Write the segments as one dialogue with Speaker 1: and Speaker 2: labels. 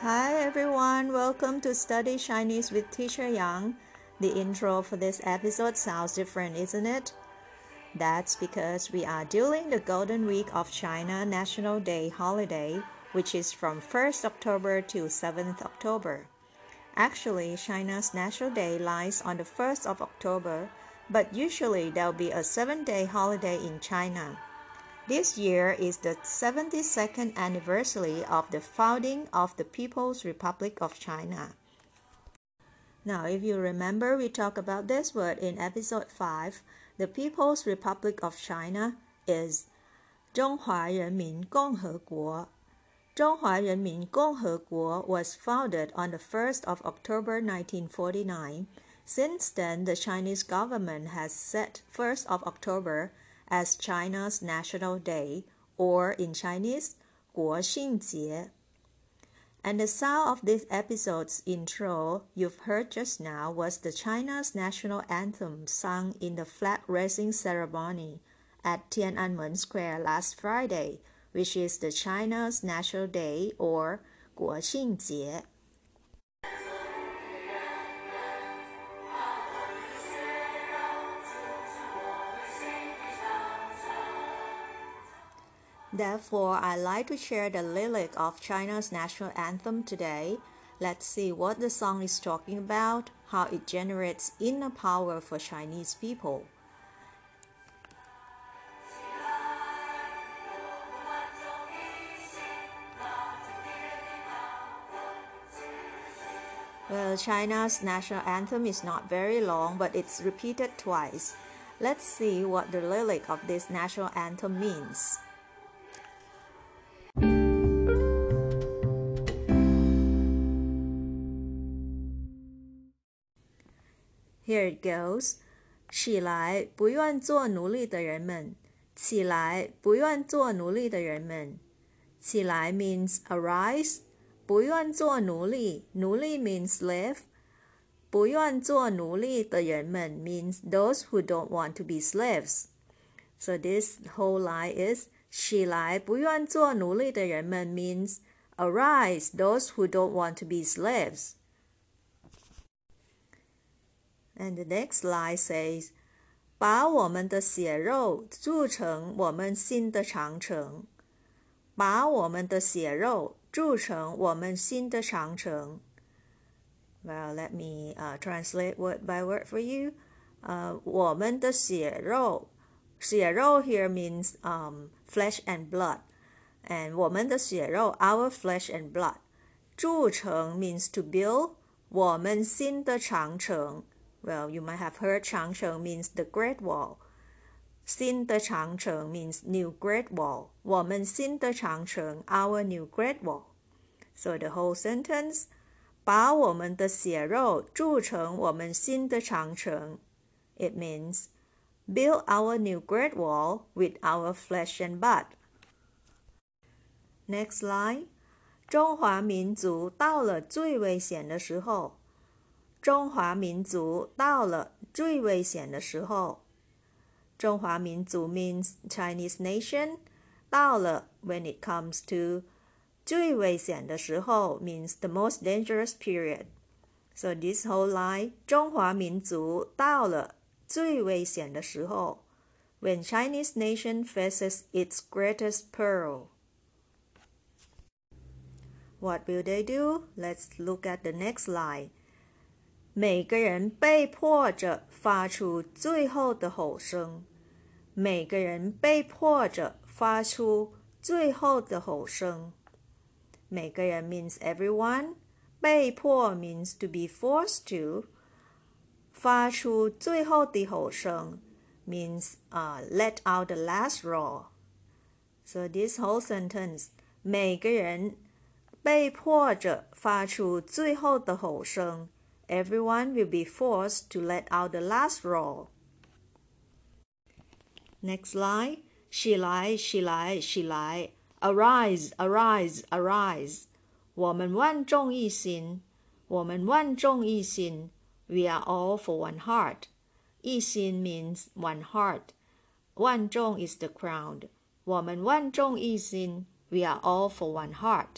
Speaker 1: Hi everyone, welcome to Study Chinese with Teacher Yang. The intro for this episode sounds different, isn't it? That's because we are during the Golden Week of China National Day holiday, which is from 1st October to 7th October. Actually, China's National Day lies on the 1st of October, but usually there'll be a 7 day holiday in China. This year is the 72nd anniversary of the founding of the People's Republic of China. Now, if you remember, we talked about this word in episode 5. The People's Republic of China is 中华人民共和国. Zhonghua Renmin Gongheguo was founded on the 1st of October 1949. Since then, the Chinese government has set 1st of October as China's National Day, or in Chinese, 国庆节. And the sound of this episode's intro you've heard just now was the China's national anthem sung in the flag raising ceremony at Tiananmen Square last Friday, which is the China's National Day or 国庆节. Therefore, I like to share the lyric of China's national anthem today. Let's see what the song is talking about, how it generates inner power for Chinese people.
Speaker 2: 我
Speaker 1: Well, China's national anthem is not very long, but it's repeated twice. Let's see what the lyric of this national anthem means. ，Here it goes，起来，不愿做奴隶的人们，起来，不愿做奴隶的人们，起来 means arise，不愿做奴隶，奴隶 means slave，不愿做奴隶的人们 means those who don't want to be slaves。So this whole line is 起来，不愿做奴隶的人们 means arise those who don't want to be slaves。And the next line says，把我们的血肉铸成我们新的长城，把我们的血肉铸成我们新的长城。Well, let me uh, translate word by word for you. Uh, 我们的血肉 Xiero here means um, flesh and blood. And 我们的血肉, our flesh and blood. 筑城 means to build. 我们新的长城. Well, you might have heard 长城 means the Great Wall. 新的长城 means new Great Wall. 我们新的长城, our new Great Wall. So the whole sentence, 把我们的血肉筑成我们新的长城. It means build our new great wall with our flesh and blood. Next line，中华民族到了最危险的时候，中华民族到了最危险的时候，中华民族 means Chinese nation，到了 when it comes to 最危险的时候 means the most dangerous period. So this whole line，中华民族到了最危险的时候，when Chinese nation faces its greatest peril. What will they do? Let's look at the next line. 每个人被迫着发出最后的吼声。每个人被迫着发出最后的吼声。每个人 means everyone. 被迫 means to be forced to. 发出最后的吼声，means uh, let out the last roar. So this whole sentence，每个人被迫着发出最后的吼声。Everyone will be forced to let out the last roar. Next line，起来，起来，起来，arise, arise, arise。我们万众一心，我们万众一心。We are all for one heart. 一心 means one heart. 万众 is the crowd. 我们万众一心. We are all for one heart.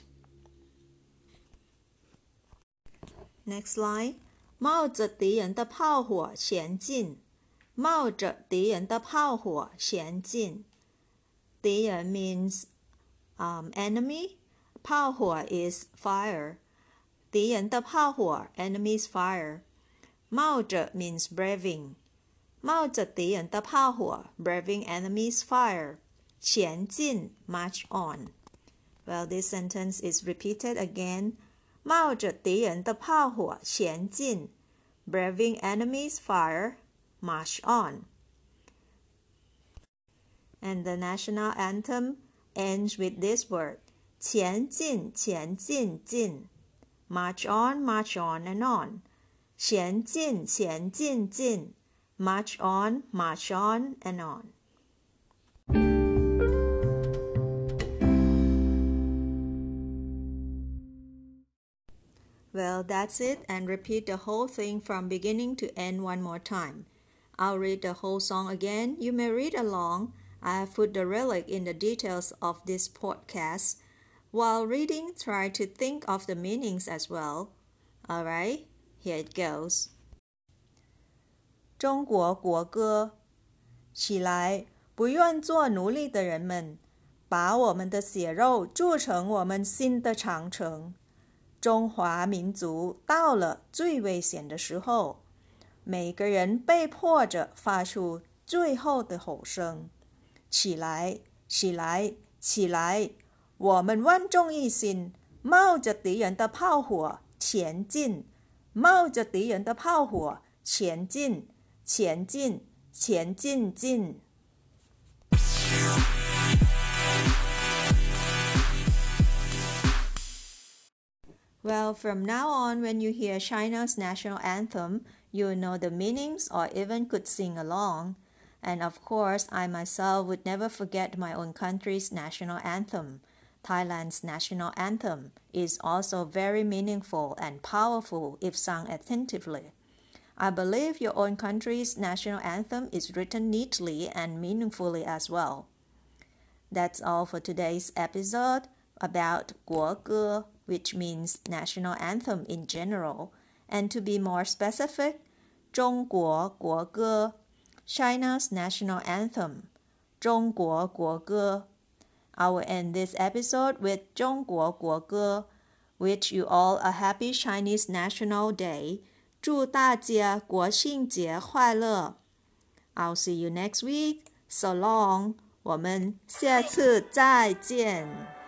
Speaker 1: Next line，冒着敌人的炮火前进，冒着敌人的炮火前进。敌人 means um, enemy. 炮火 is fire. 敌人的炮火 enemy's fire. 冒着 means braving. 冒着敌人的炮火 braving enemy's fire. 前进 march on. Well, this sentence is repeated again. 冒着敌人的炮火前进，braving enemy's fire, march on. And the national anthem ends with this word: 前进，前进，进，march on, march on and on. 前进，前进，进，march on, march on and on. Well, that's it, and repeat the whole thing from beginning to end one more time. I'll read the whole song again. You may read along. I have put the relic in the details of this podcast. While reading, try to think of the meanings as well. All right, here it goes. 中国国歌，起来！不愿做奴隶的人们，把我们的血肉筑成我们新的长城。中华民族到了最危险的时候，每个人被迫着发出最后的吼声：“起来，起来，起来！”我们万众一心，冒着敌人的炮火前进，冒着敌人的炮火前进，前进，前进进。Well, from now on, when you hear China's national anthem, you'll know the meanings or even could sing along. And of course, I myself would never forget my own country's national anthem. Thailand's national anthem is also very meaningful and powerful if sung attentively. I believe your own country's national anthem is written neatly and meaningfully as well. That's all for today's episode about 国歌 which means national anthem in general, and to be more specific, 中国国歌 China's national anthem, 中国国歌 I will end this episode with 中国国歌 Wish you all a happy Chinese National Day. 祝大家国庆节快乐 I'll see you next week. So long. 我们下次再见。